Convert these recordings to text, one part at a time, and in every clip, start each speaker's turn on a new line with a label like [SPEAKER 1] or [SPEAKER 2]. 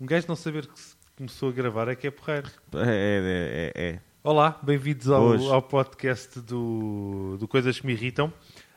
[SPEAKER 1] Um gajo não saber que se começou a gravar é que é porreiro.
[SPEAKER 2] É, é, é, é.
[SPEAKER 1] Olá, bem-vindos ao,
[SPEAKER 2] Hoje.
[SPEAKER 1] ao podcast do, do Coisas que Me Irritam.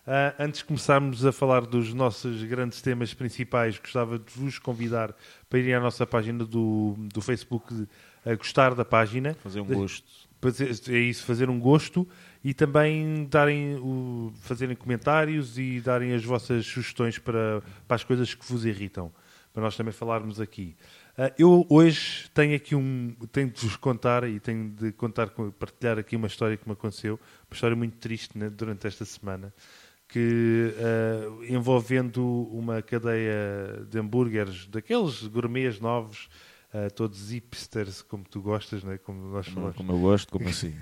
[SPEAKER 1] Ah, antes de começarmos a falar dos nossos grandes temas principais, gostava de vos convidar para irem à nossa página do, do Facebook, a gostar da página.
[SPEAKER 2] Fazer um
[SPEAKER 1] De-
[SPEAKER 2] gosto.
[SPEAKER 1] Fazer- É isso, fazer um gosto e também darem o, fazerem comentários e darem as vossas sugestões para, para as coisas que vos irritam, para nós também falarmos aqui. Ah, eu hoje tenho aqui um. tenho de vos contar e tenho de contar, com- partilhar aqui uma história que me aconteceu, uma história muito triste né, durante esta semana, que ah, envolvendo uma cadeia de hambúrgueres, daqueles gourmets novos, ah, todos hipsters, como tu gostas, né, como nós
[SPEAKER 2] Não, é
[SPEAKER 1] falamos.
[SPEAKER 2] Como eu gosto, como assim.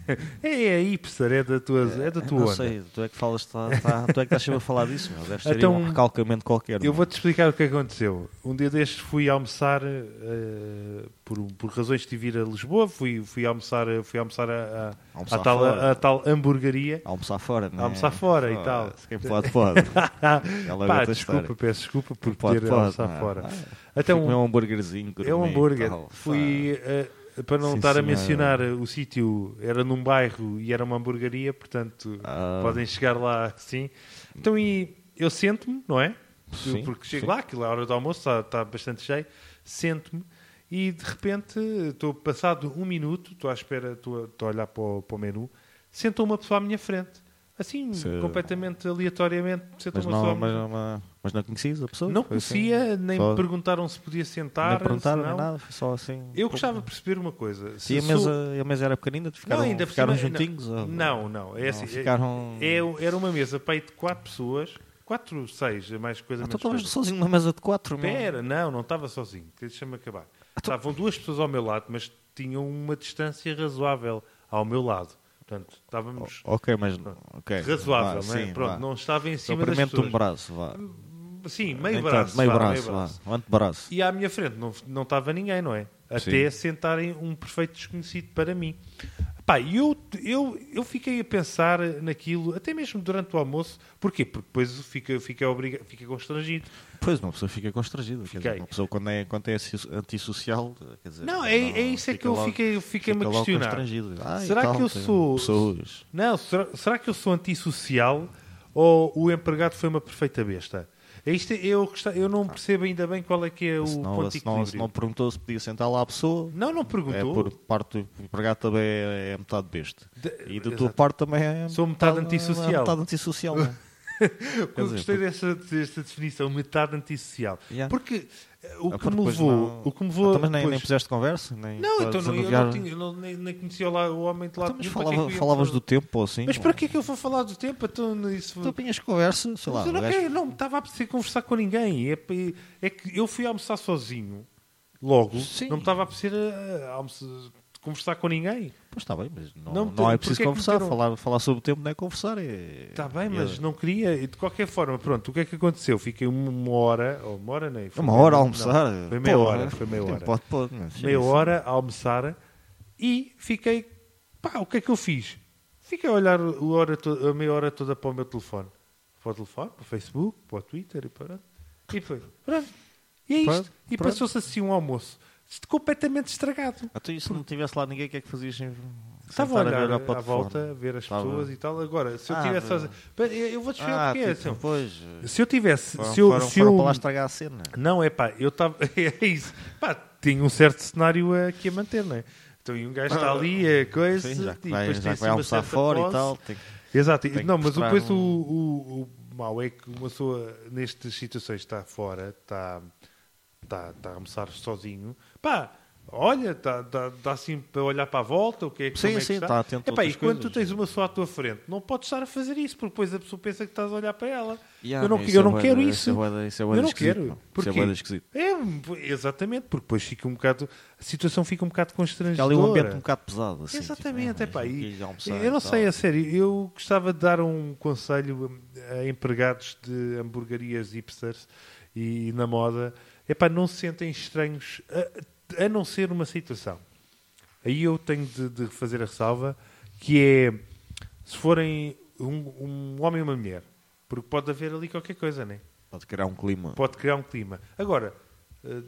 [SPEAKER 1] É, é hipster, é da tua, é, da tua
[SPEAKER 2] não
[SPEAKER 1] onda.
[SPEAKER 2] sei, tu é que falas, tá, tá- tu é que estás sempre a falar disso, meu. Deves ter aí
[SPEAKER 1] Então,
[SPEAKER 2] um recalcamento qualquer.
[SPEAKER 1] Eu
[SPEAKER 2] meu.
[SPEAKER 1] vou-te explicar o que aconteceu. Um dia destes fui almoçar, eh, por, por razões de vir a Lisboa, fui, fui almoçar, eh, fui almoçar a, a-
[SPEAKER 2] um Almoçar
[SPEAKER 1] à tal,
[SPEAKER 2] fora.
[SPEAKER 1] a, tal hamburgueria.
[SPEAKER 2] Almoçar fora, não é?
[SPEAKER 1] ah, um Almoçar fora e tal.
[SPEAKER 2] Se quem pode, pode. Ela
[SPEAKER 1] Ah, Pá,
[SPEAKER 2] aguenta a
[SPEAKER 1] desculpa,
[SPEAKER 2] história.
[SPEAKER 1] peço desculpa por poder
[SPEAKER 2] Pode, pode,
[SPEAKER 1] almoçar
[SPEAKER 2] não é?
[SPEAKER 1] fora.
[SPEAKER 2] Fui
[SPEAKER 1] Então,
[SPEAKER 2] comer um hambúrguerzinho.
[SPEAKER 1] É um
[SPEAKER 2] gourmet e
[SPEAKER 1] hambúrguer.
[SPEAKER 2] tal.
[SPEAKER 1] Fui, eh, para não
[SPEAKER 2] Sim,
[SPEAKER 1] estar a
[SPEAKER 2] senhora.
[SPEAKER 1] mencionar eh, o sítio, era num bairro e era uma hamburgueria, portanto
[SPEAKER 2] Ah.
[SPEAKER 1] podem chegar lá assim. Então e eu sento-me, não é? Eu-
[SPEAKER 2] Sim,
[SPEAKER 1] Porque chego
[SPEAKER 2] sim.
[SPEAKER 1] lá, aquilo é a hora do almoço, está, está bastante cheio, sento-me e de repente estou passado um minuto, estou à espera, estou a, estou a olhar para o, para o menu, sentou uma pessoa à minha frente. Assim,
[SPEAKER 2] Sim.
[SPEAKER 1] completamente aleatoriamente, sentou
[SPEAKER 2] Mas
[SPEAKER 1] uma pessoa à minha
[SPEAKER 2] não, mas, mas, mas não conhecias a pessoa?
[SPEAKER 1] um- Não
[SPEAKER 2] Foi assim,
[SPEAKER 1] conhecia, nem
[SPEAKER 2] só-
[SPEAKER 1] me perguntaram se podia sentar.
[SPEAKER 2] Nem perguntaram
[SPEAKER 1] se
[SPEAKER 2] nem
[SPEAKER 1] não.
[SPEAKER 2] nada, foi só assim.
[SPEAKER 1] Eu gostava de perceber uma coisa.
[SPEAKER 2] Se a
[SPEAKER 1] sou-
[SPEAKER 2] mesa, a mesa eh, era pequenina,
[SPEAKER 1] Não,
[SPEAKER 2] ficaram,
[SPEAKER 1] ainda por
[SPEAKER 2] ficaram
[SPEAKER 1] cima-
[SPEAKER 2] juntinhos?
[SPEAKER 1] Não,
[SPEAKER 2] ou-
[SPEAKER 1] não. não, é
[SPEAKER 2] Não,
[SPEAKER 1] assim, é-
[SPEAKER 2] ficaram- Ah,
[SPEAKER 1] é- era uma mesa para aí de 4 pessoas. 4, 6, mais coisa
[SPEAKER 2] Ah, Então
[SPEAKER 1] menos
[SPEAKER 2] estavas
[SPEAKER 1] coisa.
[SPEAKER 2] sozinho numa mesa de quatro, meu.
[SPEAKER 1] Espera, não, não estava sozinho. Deixa-me acabar.
[SPEAKER 2] Ah,
[SPEAKER 1] Estavam duas pessoas ao meu lado, mas tinham uma distância razoável ao meu lado. Portanto, estávamos
[SPEAKER 2] Ok, mas. Oh, ok.
[SPEAKER 1] razoável,
[SPEAKER 2] Vá,
[SPEAKER 1] não é?
[SPEAKER 2] sim,
[SPEAKER 1] Pronto,
[SPEAKER 2] vá.
[SPEAKER 1] não estava em cima das
[SPEAKER 2] Comprimento de
[SPEAKER 1] pessoas.
[SPEAKER 2] um braço, vá.
[SPEAKER 1] Sim, meio
[SPEAKER 2] Nem
[SPEAKER 1] braço.
[SPEAKER 2] tanto, meio
[SPEAKER 1] vá,
[SPEAKER 2] braço, vá. Um antebraço.
[SPEAKER 1] e à minha frente não, não estava ninguém, não é? Até sentarem um perfeito desconhecido para mim. Pá, e eu, eu, eu fiquei a pensar naquilo, até mesmo durante o almoço. Porquê? Porque depois fica, fica, obriga, fica constrangido.
[SPEAKER 2] Pois, uma pessoa fica constrangida. Quer dizer,
[SPEAKER 1] Fiquei.
[SPEAKER 2] uma pessoa quando é, quando é assi- antissocial. Quer dizer,
[SPEAKER 1] Não, é, é isso é
[SPEAKER 2] fica
[SPEAKER 1] que eu
[SPEAKER 2] logo-
[SPEAKER 1] fiquei, fiquei-me
[SPEAKER 2] fica
[SPEAKER 1] a
[SPEAKER 2] logo
[SPEAKER 1] questionar.
[SPEAKER 2] constrangido. Ah, e
[SPEAKER 1] Será
[SPEAKER 2] tal,
[SPEAKER 1] que eu
[SPEAKER 2] tem
[SPEAKER 1] sou-
[SPEAKER 2] Pessoas.
[SPEAKER 1] Não, será, será que eu sou antissocial ou o empregado foi uma perfeita besta? É isto, eu, gosta- eu não percebo ainda bem qual é que é o
[SPEAKER 2] Se não,
[SPEAKER 1] ponto de
[SPEAKER 2] se, não, se não
[SPEAKER 1] equilíbrio.
[SPEAKER 2] perguntou se podia sentar lá a pessoa.
[SPEAKER 1] Não, não
[SPEAKER 2] É
[SPEAKER 1] perguntou.
[SPEAKER 2] por parte do empregado também é, é metade besta.
[SPEAKER 1] De-
[SPEAKER 2] E da
[SPEAKER 1] exato.
[SPEAKER 2] tua parte também é.
[SPEAKER 1] Sou metade antissocial.
[SPEAKER 2] É metade antissocial. não é?
[SPEAKER 1] Eu
[SPEAKER 2] dizer,
[SPEAKER 1] gostei dessa, desta definição, metade antissocial.
[SPEAKER 2] Yeah.
[SPEAKER 1] Porque eh, o
[SPEAKER 2] Ah,
[SPEAKER 1] que,
[SPEAKER 2] porque
[SPEAKER 1] me
[SPEAKER 2] depois
[SPEAKER 1] levou,
[SPEAKER 2] não- Ah,
[SPEAKER 1] o que me levou.
[SPEAKER 2] Também nem, nem
[SPEAKER 1] depois-
[SPEAKER 2] puseste conversa? Nem
[SPEAKER 1] não,
[SPEAKER 2] para
[SPEAKER 1] então não, eu
[SPEAKER 2] desanuviar-
[SPEAKER 1] não tinha, eu não- nem, nem conhecia lá o homem de lá.
[SPEAKER 2] Então, mas
[SPEAKER 1] é
[SPEAKER 2] falava- falavas do tempo ou assim?
[SPEAKER 1] Mas
[SPEAKER 2] ou-
[SPEAKER 1] para que é que eu vou falar do tempo? Então, isso...
[SPEAKER 2] Tu apanhas conversa, sei lá.
[SPEAKER 1] Mas eu não,
[SPEAKER 2] o gajo-
[SPEAKER 1] quero, não me estava a apetecer conversar com ninguém. É, p- é que eu fui almoçar sozinho, logo,
[SPEAKER 2] Sim.
[SPEAKER 1] não me estava a apetecer a- a almoçar- conversar com ninguém.
[SPEAKER 2] Pois está bem, mas não,
[SPEAKER 1] Não,
[SPEAKER 2] não,
[SPEAKER 1] então,
[SPEAKER 2] é preciso
[SPEAKER 1] porque é que
[SPEAKER 2] conversar.
[SPEAKER 1] meteram-
[SPEAKER 2] falar, falar sobre o tempo não é conversar. é-
[SPEAKER 1] Está bem,
[SPEAKER 2] é-
[SPEAKER 1] mas não queria. E de qualquer forma, pronto, o que é que aconteceu? Fiquei uma hora, ou uma hora nem. foi
[SPEAKER 2] Uma
[SPEAKER 1] meia-
[SPEAKER 2] hora a
[SPEAKER 1] não,
[SPEAKER 2] almoçar.
[SPEAKER 1] foi meia
[SPEAKER 2] Porra.
[SPEAKER 1] hora, foi meia hora.
[SPEAKER 2] Pode, pode, mas
[SPEAKER 1] meia
[SPEAKER 2] isso-
[SPEAKER 1] hora a almoçar e fiquei. Pá, o que é que eu fiz? Fiquei a olhar o- o hora to- a meia hora toda para o meu telefone. Para o telefone, para o Facebook, para o Twitter e para. E foi. Pronto. E é isto.
[SPEAKER 2] Pronto,
[SPEAKER 1] E
[SPEAKER 2] pronto.
[SPEAKER 1] passou-se assim um almoço. Isto Completamente estragado.
[SPEAKER 2] Então, e se não tivesse lá ninguém, o que é que fazias? sem-
[SPEAKER 1] Estava a
[SPEAKER 2] sentar
[SPEAKER 1] olhar
[SPEAKER 2] ver
[SPEAKER 1] à
[SPEAKER 2] para o telefone?
[SPEAKER 1] volta, a ver as
[SPEAKER 2] Estava-
[SPEAKER 1] pessoas e tal. Agora, se eu
[SPEAKER 2] Ah,
[SPEAKER 1] tivesse.
[SPEAKER 2] mas-
[SPEAKER 1] sozinho- Pera, Eu eu vou desfiar
[SPEAKER 2] Ah,
[SPEAKER 1] porque é
[SPEAKER 2] tipo,
[SPEAKER 1] assim.
[SPEAKER 2] pois.
[SPEAKER 1] Se eu tivesse.
[SPEAKER 2] Foram,
[SPEAKER 1] se eu,
[SPEAKER 2] foram,
[SPEAKER 1] se
[SPEAKER 2] foram
[SPEAKER 1] eu-
[SPEAKER 2] para lá estragar a cena.
[SPEAKER 1] Não, é pá, eu estava. É isso. Pá, tinha um certo cenário aqui a manter, não é? Então, e um gajo está ali, é coisa.
[SPEAKER 2] Ah, Sim, já
[SPEAKER 1] e
[SPEAKER 2] que vai,
[SPEAKER 1] depois tem
[SPEAKER 2] já que vai
[SPEAKER 1] assim uma
[SPEAKER 2] almoçar
[SPEAKER 1] certa
[SPEAKER 2] fora
[SPEAKER 1] posse.
[SPEAKER 2] e tal. tem que-
[SPEAKER 1] Exato,
[SPEAKER 2] Tem que
[SPEAKER 1] não, mas
[SPEAKER 2] mostrar
[SPEAKER 1] depois
[SPEAKER 2] um-
[SPEAKER 1] o, o, o mal é que uma pessoa nestas situações está fora, está, está, está a almoçar sozinho, pá, olha, está, dá, dá assim para olhar para a volta, o que é que
[SPEAKER 2] Sim,
[SPEAKER 1] como é que
[SPEAKER 2] sim,
[SPEAKER 1] está.
[SPEAKER 2] está atento a
[SPEAKER 1] Epá, e
[SPEAKER 2] outras
[SPEAKER 1] quando tu
[SPEAKER 2] coisas.
[SPEAKER 1] tens uma pessoa à tua frente, não podes estar a fazer isso, porque depois a pessoa pensa que estás a olhar para ela.
[SPEAKER 2] Yeah,
[SPEAKER 1] eu não,
[SPEAKER 2] meu,
[SPEAKER 1] eu não
[SPEAKER 2] é bué
[SPEAKER 1] quero
[SPEAKER 2] de-
[SPEAKER 1] isso.
[SPEAKER 2] é bué de- isso é bué
[SPEAKER 1] Eu
[SPEAKER 2] de
[SPEAKER 1] não
[SPEAKER 2] esquisito,
[SPEAKER 1] quero.
[SPEAKER 2] meu. Isso é
[SPEAKER 1] Porquê?
[SPEAKER 2] bué de esquisito.
[SPEAKER 1] É, exatamente, porque depois fica um bocado. A situação fica um bocado
[SPEAKER 2] Fica
[SPEAKER 1] constrangedora.
[SPEAKER 2] ali um ambiente um bocado pesado. Assim,
[SPEAKER 1] Exatamente, é pá. e-
[SPEAKER 2] aí.
[SPEAKER 1] Eu não sei, assim, a sério, eu gostava de dar um conselho a a empregados de hamburguerias hipsters e na moda. É pá, não se sentem estranhos, a, a não ser uma situação. Aí eu tenho de, de fazer a ressalva, que é, se forem um, um homem e uma mulher, porque pode haver ali qualquer coisa, não é?
[SPEAKER 2] Pode criar um clima.
[SPEAKER 1] pode criar um clima. Agora, eh,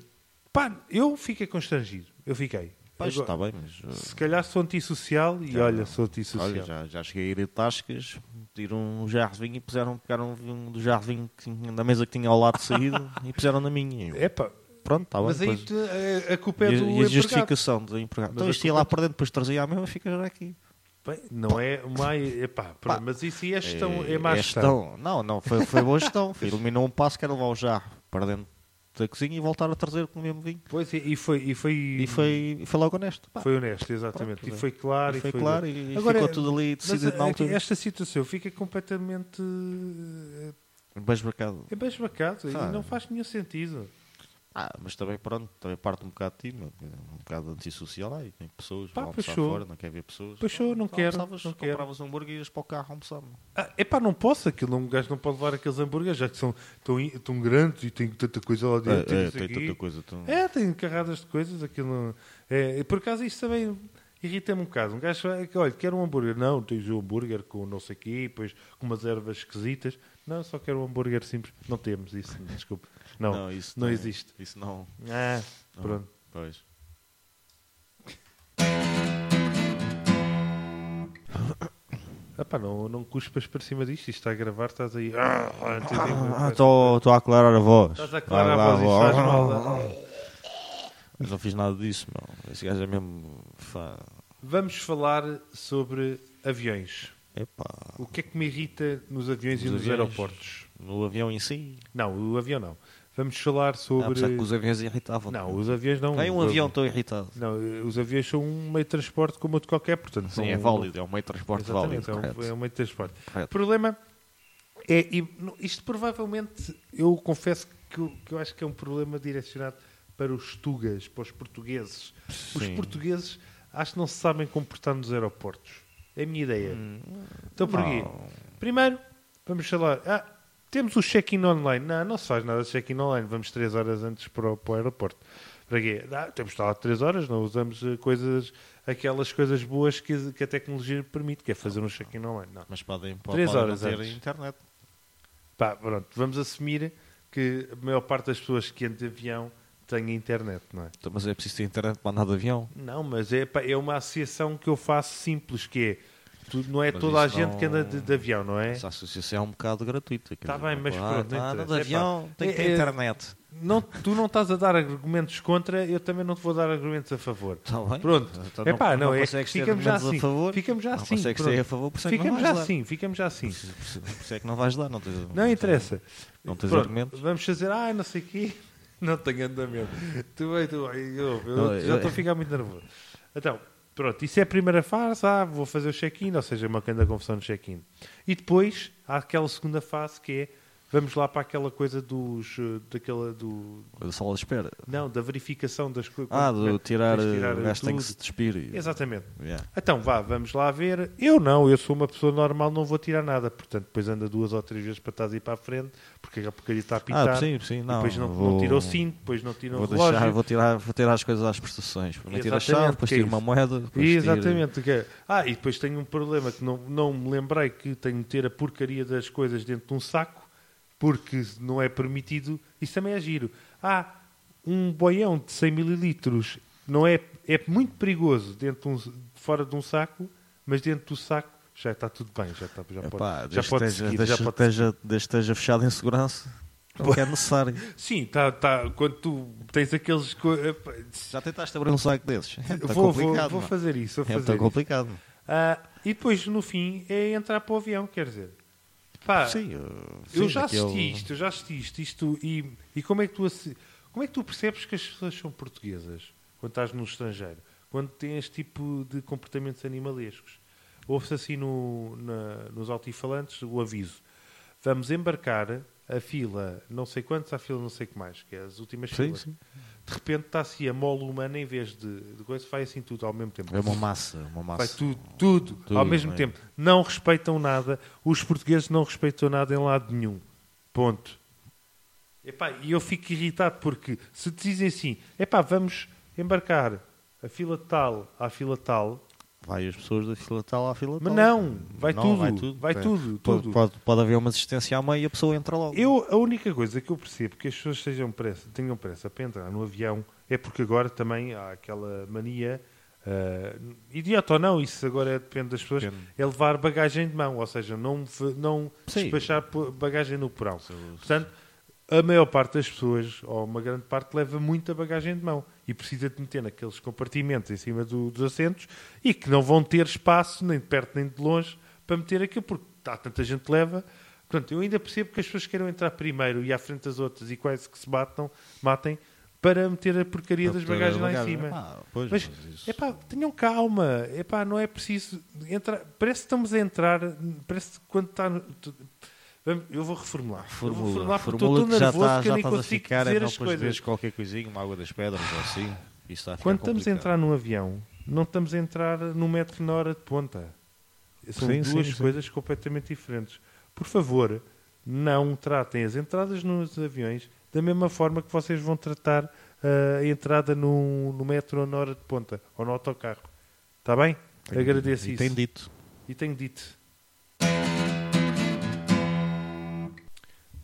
[SPEAKER 1] Pá, eu fiquei constrangido. Eu fiquei.
[SPEAKER 2] Pois
[SPEAKER 1] Agora,
[SPEAKER 2] está bem, mas. uh,
[SPEAKER 1] Se calhar sou antissocial e
[SPEAKER 2] Já.
[SPEAKER 1] olha, sou antissocial.
[SPEAKER 2] Olha, já, já cheguei a ir de tascas, pediram um jarro de vinho e puseram, pegaram um vinho do jarro de vinho que tinha- da mesa que tinha ao lado de saída e puseram na minha. Eu,
[SPEAKER 1] Epá,
[SPEAKER 2] pronto, está bem.
[SPEAKER 1] mas aí
[SPEAKER 2] depois-
[SPEAKER 1] tu- a, a culpa é
[SPEAKER 2] e,
[SPEAKER 1] do
[SPEAKER 2] e a
[SPEAKER 1] empregado.
[SPEAKER 2] justificação do empregado. Então
[SPEAKER 1] a é
[SPEAKER 2] isto ia lá para dentro, depois trazia a mesma, fica já aqui.
[SPEAKER 1] Bem, não é má. Epá, pronto, mas isso aí é gestão, é, má
[SPEAKER 2] é
[SPEAKER 1] gestão.
[SPEAKER 2] gestão. Não, não, foi, foi boa gestão. Eliminou um passo que era levar o jarro para dentro da cozinha e voltar a trazer com o mesmo vinho.
[SPEAKER 1] Pois, e, e foi, e foi,
[SPEAKER 2] E foi, e foi logo honesto. Pá,
[SPEAKER 1] foi honesto, exatamente.
[SPEAKER 2] Pronto,
[SPEAKER 1] e foi claro.
[SPEAKER 2] e foi claro e ficou tudo ali
[SPEAKER 1] mas,
[SPEAKER 2] decidido na
[SPEAKER 1] eh,
[SPEAKER 2] altura.
[SPEAKER 1] Esta situação fica completamente eh,
[SPEAKER 2] Basbacado.
[SPEAKER 1] é basbacado
[SPEAKER 2] Ah.
[SPEAKER 1] e não faz nenhum sentido.
[SPEAKER 2] Ah, mas também, pronto, também parte um bocado de ti, meu, um bocado antissocial. Aí, tem pessoas,
[SPEAKER 1] Pá,
[SPEAKER 2] vão almoçar
[SPEAKER 1] puxou.
[SPEAKER 2] fora, não quer ver pessoas.
[SPEAKER 1] Puxou, não
[SPEAKER 2] Então,
[SPEAKER 1] quero,
[SPEAKER 2] almoçavas,
[SPEAKER 1] não quero.
[SPEAKER 2] Compravas um hambúrguer e ias para o carro almoçar. meu.
[SPEAKER 1] Ah, epá, não posso, aquilo, um gajo não pode levar aqueles hambúrgueres, já que são tão, in- tão grandes e tem tanta coisa lá
[SPEAKER 2] É,
[SPEAKER 1] dentro. e
[SPEAKER 2] é,
[SPEAKER 1] não sei
[SPEAKER 2] tem
[SPEAKER 1] quê.
[SPEAKER 2] tanta coisa. Tão...
[SPEAKER 1] É, tem carradas de coisas, aquilo não... é, e por acaso isso também irrita-me um bocado. Um gajo vai, olha, quero um hambúrguer. Não, tens um hambúrguer com não sei o quê, depois com umas ervas esquisitas. Não, só quero um hambúrguer simples. Não temos isso, desculpe. Não, não,
[SPEAKER 2] isso
[SPEAKER 1] não
[SPEAKER 2] tem-
[SPEAKER 1] existe.
[SPEAKER 2] Isso não.
[SPEAKER 1] Ah,
[SPEAKER 2] não,
[SPEAKER 1] pronto.
[SPEAKER 2] Pois.
[SPEAKER 1] Ah pá, não, não cuspas para cima disto, isto está a gravar, estás aí... Ah, entendi.
[SPEAKER 2] Estou a aclarar a voz.
[SPEAKER 1] Estás a aclarar a voz, isto faz mal.
[SPEAKER 2] Mas não fiz nada disso, meu. Esse gajo é mesmo. Fá.
[SPEAKER 1] Vamos falar sobre aviões.
[SPEAKER 2] Epá.
[SPEAKER 1] O que é que me irrita nos aviões e
[SPEAKER 2] Nos
[SPEAKER 1] nos
[SPEAKER 2] aviões?
[SPEAKER 1] aeroportos?
[SPEAKER 2] No avião em si.
[SPEAKER 1] Não, o avião não. Vamos falar
[SPEAKER 2] Ah,
[SPEAKER 1] sobre.
[SPEAKER 2] apesar que os aviões irritavam.
[SPEAKER 1] Não, os aviões não.
[SPEAKER 2] Tem um avião tão irritado.
[SPEAKER 1] Não, os aviões são um meio de transporte como outro qualquer, portanto.
[SPEAKER 2] Sim,
[SPEAKER 1] não-
[SPEAKER 2] é válido, é um meio de transporte
[SPEAKER 1] Exatamente,
[SPEAKER 2] válido. correto.
[SPEAKER 1] é um, é um meio de transporte. O
[SPEAKER 2] Correto.
[SPEAKER 1] problema é. E, no- isto provavelmente, eu confesso que, eu- que eu acho que é um problema direcionado para os tugas, para os portugueses. Os
[SPEAKER 2] Sim.
[SPEAKER 1] portugueses acho que não se sabem comportar nos aeroportos. É a minha ideia. então porquê?
[SPEAKER 2] Hum, não.
[SPEAKER 1] Primeiro, vamos falar. Ah, temos o check-in online. Não, não se faz nada de check-in online. Vamos 3 horas antes para o, para o aeroporto. Para quê? Ah, temos de estar lá 3 horas, não usamos eh, coisas, aquelas coisas boas que, que a tecnologia permite, que é fazer um check-in online. Não.
[SPEAKER 2] Mas podem, podem
[SPEAKER 1] Três
[SPEAKER 2] não
[SPEAKER 1] horas
[SPEAKER 2] ter
[SPEAKER 1] antes.
[SPEAKER 2] internet.
[SPEAKER 1] Pá, pronto, vamos assumir que a maior parte das pessoas que andam de avião têm internet, não é?
[SPEAKER 2] Então, Mas é preciso ter internet para andar de avião.
[SPEAKER 1] Não, mas é, pá, é uma associação que eu faço simples, que é, tu- não é
[SPEAKER 2] Mas
[SPEAKER 1] toda a
[SPEAKER 2] isso
[SPEAKER 1] gente que
[SPEAKER 2] não-
[SPEAKER 1] anda de, de avião, não é?
[SPEAKER 2] Essa associação é um bocado gratuita. quer
[SPEAKER 1] Tá
[SPEAKER 2] dizer,
[SPEAKER 1] bem, mas
[SPEAKER 2] ah,
[SPEAKER 1] pronto,
[SPEAKER 2] tá,
[SPEAKER 1] não
[SPEAKER 2] anda de
[SPEAKER 1] interessa.
[SPEAKER 2] avião,
[SPEAKER 1] Epá,
[SPEAKER 2] tem que
[SPEAKER 1] é- é-
[SPEAKER 2] ter internet.
[SPEAKER 1] Não, tu não estás a dar argumentos contra, eu também não te vou dar argumentos a favor.
[SPEAKER 2] Tá bem.
[SPEAKER 1] Pronto,
[SPEAKER 2] Então
[SPEAKER 1] Epá, não, é
[SPEAKER 2] consegues ter
[SPEAKER 1] ficamos já
[SPEAKER 2] argumentos
[SPEAKER 1] assim.
[SPEAKER 2] a favor.
[SPEAKER 1] Ficamos já
[SPEAKER 2] Não
[SPEAKER 1] assim,
[SPEAKER 2] consegues
[SPEAKER 1] pronto.
[SPEAKER 2] ter a favor, por isso é que não
[SPEAKER 1] Ficamos
[SPEAKER 2] vais
[SPEAKER 1] já
[SPEAKER 2] lá.
[SPEAKER 1] assim, ficamos já assim.
[SPEAKER 2] Por isso é que não vais lá, não tens.
[SPEAKER 1] Não interessa.
[SPEAKER 2] Não tens
[SPEAKER 1] Pronto,
[SPEAKER 2] argumentos?
[SPEAKER 1] Vamos fazer, ah, não sei o quê. Não tenho andamento. Tu bem, tu bem. Eu, eu
[SPEAKER 2] Não,
[SPEAKER 1] já
[SPEAKER 2] eu-
[SPEAKER 1] estou a ficar muito nervoso. Então, pronto, isso é a primeira fase. Ah, vou fazer o check-in, ou seja, uma grande confusão no check-in. E depois há aquela segunda fase que é, vamos lá para aquela coisa dos, eh, daquela, do,
[SPEAKER 2] A sala de espera.
[SPEAKER 1] não, da verificação das coisas.
[SPEAKER 2] Ah, do tirar. eh,
[SPEAKER 1] Tens de
[SPEAKER 2] O gajo tem
[SPEAKER 1] tudo.
[SPEAKER 2] que se despir. e-
[SPEAKER 1] Exatamente.
[SPEAKER 2] Yeah.
[SPEAKER 1] Então vá, vamos lá ver. Eu não, eu sou uma pessoa normal, não vou tirar nada. Portanto, depois anda duas ou três vezes para trás e para a frente, porque a porcaria está a pitar.
[SPEAKER 2] Ah, sim, sim. Não,
[SPEAKER 1] depois não, não
[SPEAKER 2] vou-
[SPEAKER 1] tira o cinto, depois não tira o
[SPEAKER 2] Vou,
[SPEAKER 1] relógio.
[SPEAKER 2] deixar, vou, tirar, vou tirar as coisas às prestações. Primeiro tiro a
[SPEAKER 1] Exatamente,
[SPEAKER 2] chave, depois
[SPEAKER 1] que é
[SPEAKER 2] tiro uma
[SPEAKER 1] isso.
[SPEAKER 2] moeda. Depois tiro-
[SPEAKER 1] Exatamente. que é- Ah, e depois tenho um problema que não, não me lembrei que tenho de ter a porcaria das coisas dentro de um saco, porque não é permitido. Isso também é giro. Ah, um boião de 100 mililitros não é, é muito perigoso dentro de um, fora de um saco, mas dentro do saco já está tudo bem, já, está, já
[SPEAKER 2] Epá,
[SPEAKER 1] pode, já
[SPEAKER 2] desde
[SPEAKER 1] pode
[SPEAKER 2] esteja-
[SPEAKER 1] seguir.
[SPEAKER 2] desde
[SPEAKER 1] já pode
[SPEAKER 2] esteja, desde esteja fechado em segurança. Não é necessário.
[SPEAKER 1] seguir. Sim, tá, tá, quando tu tens aqueles... co- epá,
[SPEAKER 2] Já tentaste abrir um saco desses? É muito
[SPEAKER 1] vou, vou,
[SPEAKER 2] complicado.
[SPEAKER 1] vou
[SPEAKER 2] mano.
[SPEAKER 1] fazer isso, vou
[SPEAKER 2] É
[SPEAKER 1] fazer
[SPEAKER 2] muito
[SPEAKER 1] isso.
[SPEAKER 2] complicado.
[SPEAKER 1] Ah, e depois, no fim, é entrar para o avião, quer dizer. Pá,
[SPEAKER 2] sim, eu,
[SPEAKER 1] Ah, eu
[SPEAKER 2] sim, um-
[SPEAKER 1] já assisti
[SPEAKER 2] aquele-
[SPEAKER 1] isto, eu já assisti isto, isto e, e como, é que tu, assi- como é que tu percebes que as pessoas são portuguesas quando estás no estrangeiro? Quando têm este tipo de comportamentos animalescos? Ouve-se assim no- na- nos altifalantes o aviso. Vamos embarcar a fila não sei quantos, a fila não sei o que mais, que é as últimas
[SPEAKER 2] Sim,
[SPEAKER 1] filas.
[SPEAKER 2] sim.
[SPEAKER 1] De repente está assim a mola humana em vez de, de coisa, vai assim tudo ao mesmo tempo.
[SPEAKER 2] É uma massa, uma massa.
[SPEAKER 1] Vai tudo, tudo,
[SPEAKER 2] Tudo,
[SPEAKER 1] ao mesmo
[SPEAKER 2] não é?
[SPEAKER 1] tempo. Não respeitam nada. Os portugueses não respeitam nada em lado nenhum. Ponto. Epá, E eu fico irritado porque se te dizem assim, epá, vamos embarcar a fila tal à fila tal,
[SPEAKER 2] Vai as pessoas da fila tal à fila
[SPEAKER 1] Mas
[SPEAKER 2] tal.
[SPEAKER 1] não, vai tudo,
[SPEAKER 2] vai tudo.
[SPEAKER 1] vai
[SPEAKER 2] É.
[SPEAKER 1] tudo,
[SPEAKER 2] Pode,
[SPEAKER 1] tudo.
[SPEAKER 2] Pode, pode haver uma desistência à meio e a pessoa entra logo.
[SPEAKER 1] Eu, a única coisa que eu percebo que as pessoas sejam pressa, tenham pressa para entrar no avião é porque agora também há aquela mania, ah, idiota ou não, isso agora é- depende das pessoas,
[SPEAKER 2] Depende.
[SPEAKER 1] é levar bagagem de mão, ou seja, não, v- não
[SPEAKER 2] Sim.
[SPEAKER 1] despachar po- bagagem no porão.
[SPEAKER 2] Se-
[SPEAKER 1] Portanto, a maior parte das pessoas, ou uma grande parte, leva muita bagagem de mão e precisa de meter naqueles compartimentos em cima do- dos assentos e que não vão ter espaço, nem de perto nem de longe, para meter aquilo, porque há tanta gente que leva. Portanto, eu ainda percebo que as pessoas queiram entrar primeiro e à frente das outras e quase que se batam, matem para meter a porcaria é das
[SPEAKER 2] Doutora
[SPEAKER 1] bagagens lá em
[SPEAKER 2] bagagem.
[SPEAKER 1] cima.
[SPEAKER 2] Ah, pois,
[SPEAKER 1] Mas,
[SPEAKER 2] mas isso-
[SPEAKER 1] epá, tenham calma, epá, não é preciso. Entrar, parece que estamos a entrar, parece que quando está. no- tu- Vamos- Eu vou reformular. eu vou
[SPEAKER 2] Formula,
[SPEAKER 1] reformular porque
[SPEAKER 2] formula
[SPEAKER 1] estou tão
[SPEAKER 2] que já
[SPEAKER 1] nervoso
[SPEAKER 2] está,
[SPEAKER 1] que eu
[SPEAKER 2] já
[SPEAKER 1] nem
[SPEAKER 2] estás a
[SPEAKER 1] consigo
[SPEAKER 2] ficar, é
[SPEAKER 1] dizer
[SPEAKER 2] não
[SPEAKER 1] as
[SPEAKER 2] depois
[SPEAKER 1] coisas.
[SPEAKER 2] vezes qualquer coisinha, uma água das pedras ou assim. Isso está a ficar
[SPEAKER 1] Quando estamos a
[SPEAKER 2] complicado.
[SPEAKER 1] entrar num avião, não estamos a entrar num metro na hora de ponta. São
[SPEAKER 2] Sim,
[SPEAKER 1] duas
[SPEAKER 2] sim, sim.
[SPEAKER 1] coisas completamente diferentes. Por favor, não tratem as entradas nos aviões da mesma forma que vocês vão tratar ah, a entrada no, no metro ou na hora de ponta ou no autocarro. Está bem?
[SPEAKER 2] Tem-
[SPEAKER 1] Agradeço
[SPEAKER 2] e
[SPEAKER 1] isso.
[SPEAKER 2] Tem dito.
[SPEAKER 1] E tenho dito.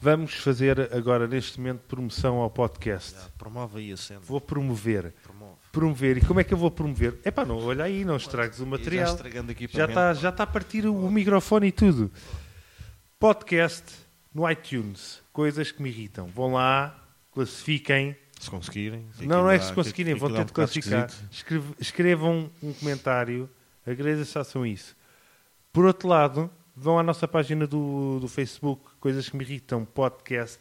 [SPEAKER 1] Vamos fazer agora, neste momento, promoção ao podcast.
[SPEAKER 2] Já, Promove aí a cena.
[SPEAKER 1] Vou promover.
[SPEAKER 2] Promove.
[SPEAKER 1] Promover. E como é que eu vou promover? Epá, não, olha aí, não estragues o
[SPEAKER 2] Já
[SPEAKER 1] material.
[SPEAKER 2] estragando aqui
[SPEAKER 1] Já está já tá a partir o, o microfone e tudo. Podcast no iTunes. Coisas que me irritam. Vão lá, classifiquem.
[SPEAKER 2] Se conseguirem. que
[SPEAKER 1] não, não
[SPEAKER 2] aquilo
[SPEAKER 1] é
[SPEAKER 2] dá-
[SPEAKER 1] que se conseguirem,
[SPEAKER 2] que
[SPEAKER 1] vão
[SPEAKER 2] aquilo dá
[SPEAKER 1] ter
[SPEAKER 2] um
[SPEAKER 1] de
[SPEAKER 2] bocado
[SPEAKER 1] classificar.
[SPEAKER 2] esquisito.
[SPEAKER 1] Escreve- escrevam um comentário, agradeço façam isso. Por outro lado, vão à nossa página do, do Facebook, Coisas que me irritam, podcast,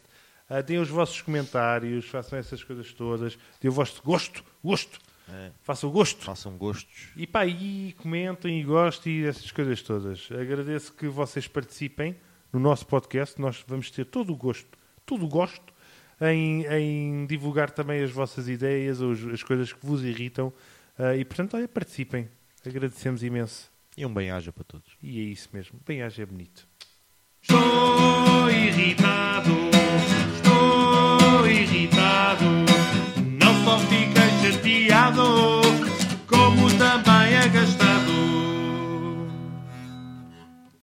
[SPEAKER 1] ah, deem os vossos comentários, façam essas coisas todas, deem o vosso gosto, gosto,
[SPEAKER 2] É.
[SPEAKER 1] façam o gosto.
[SPEAKER 2] Façam gostos.
[SPEAKER 1] E pá, e comentem e gostem e essas coisas todas. Agradeço que vocês participem no nosso podcast. Nós vamos ter todo o gosto, todo o gosto em, em divulgar também as vossas ideias, os- as coisas que vos irritam. Ah, e portanto, olha, participem. Agradecemos imenso.
[SPEAKER 2] E um bem-aja para todos.
[SPEAKER 1] E é isso mesmo. Bem, haja é bonito. Estou irritado.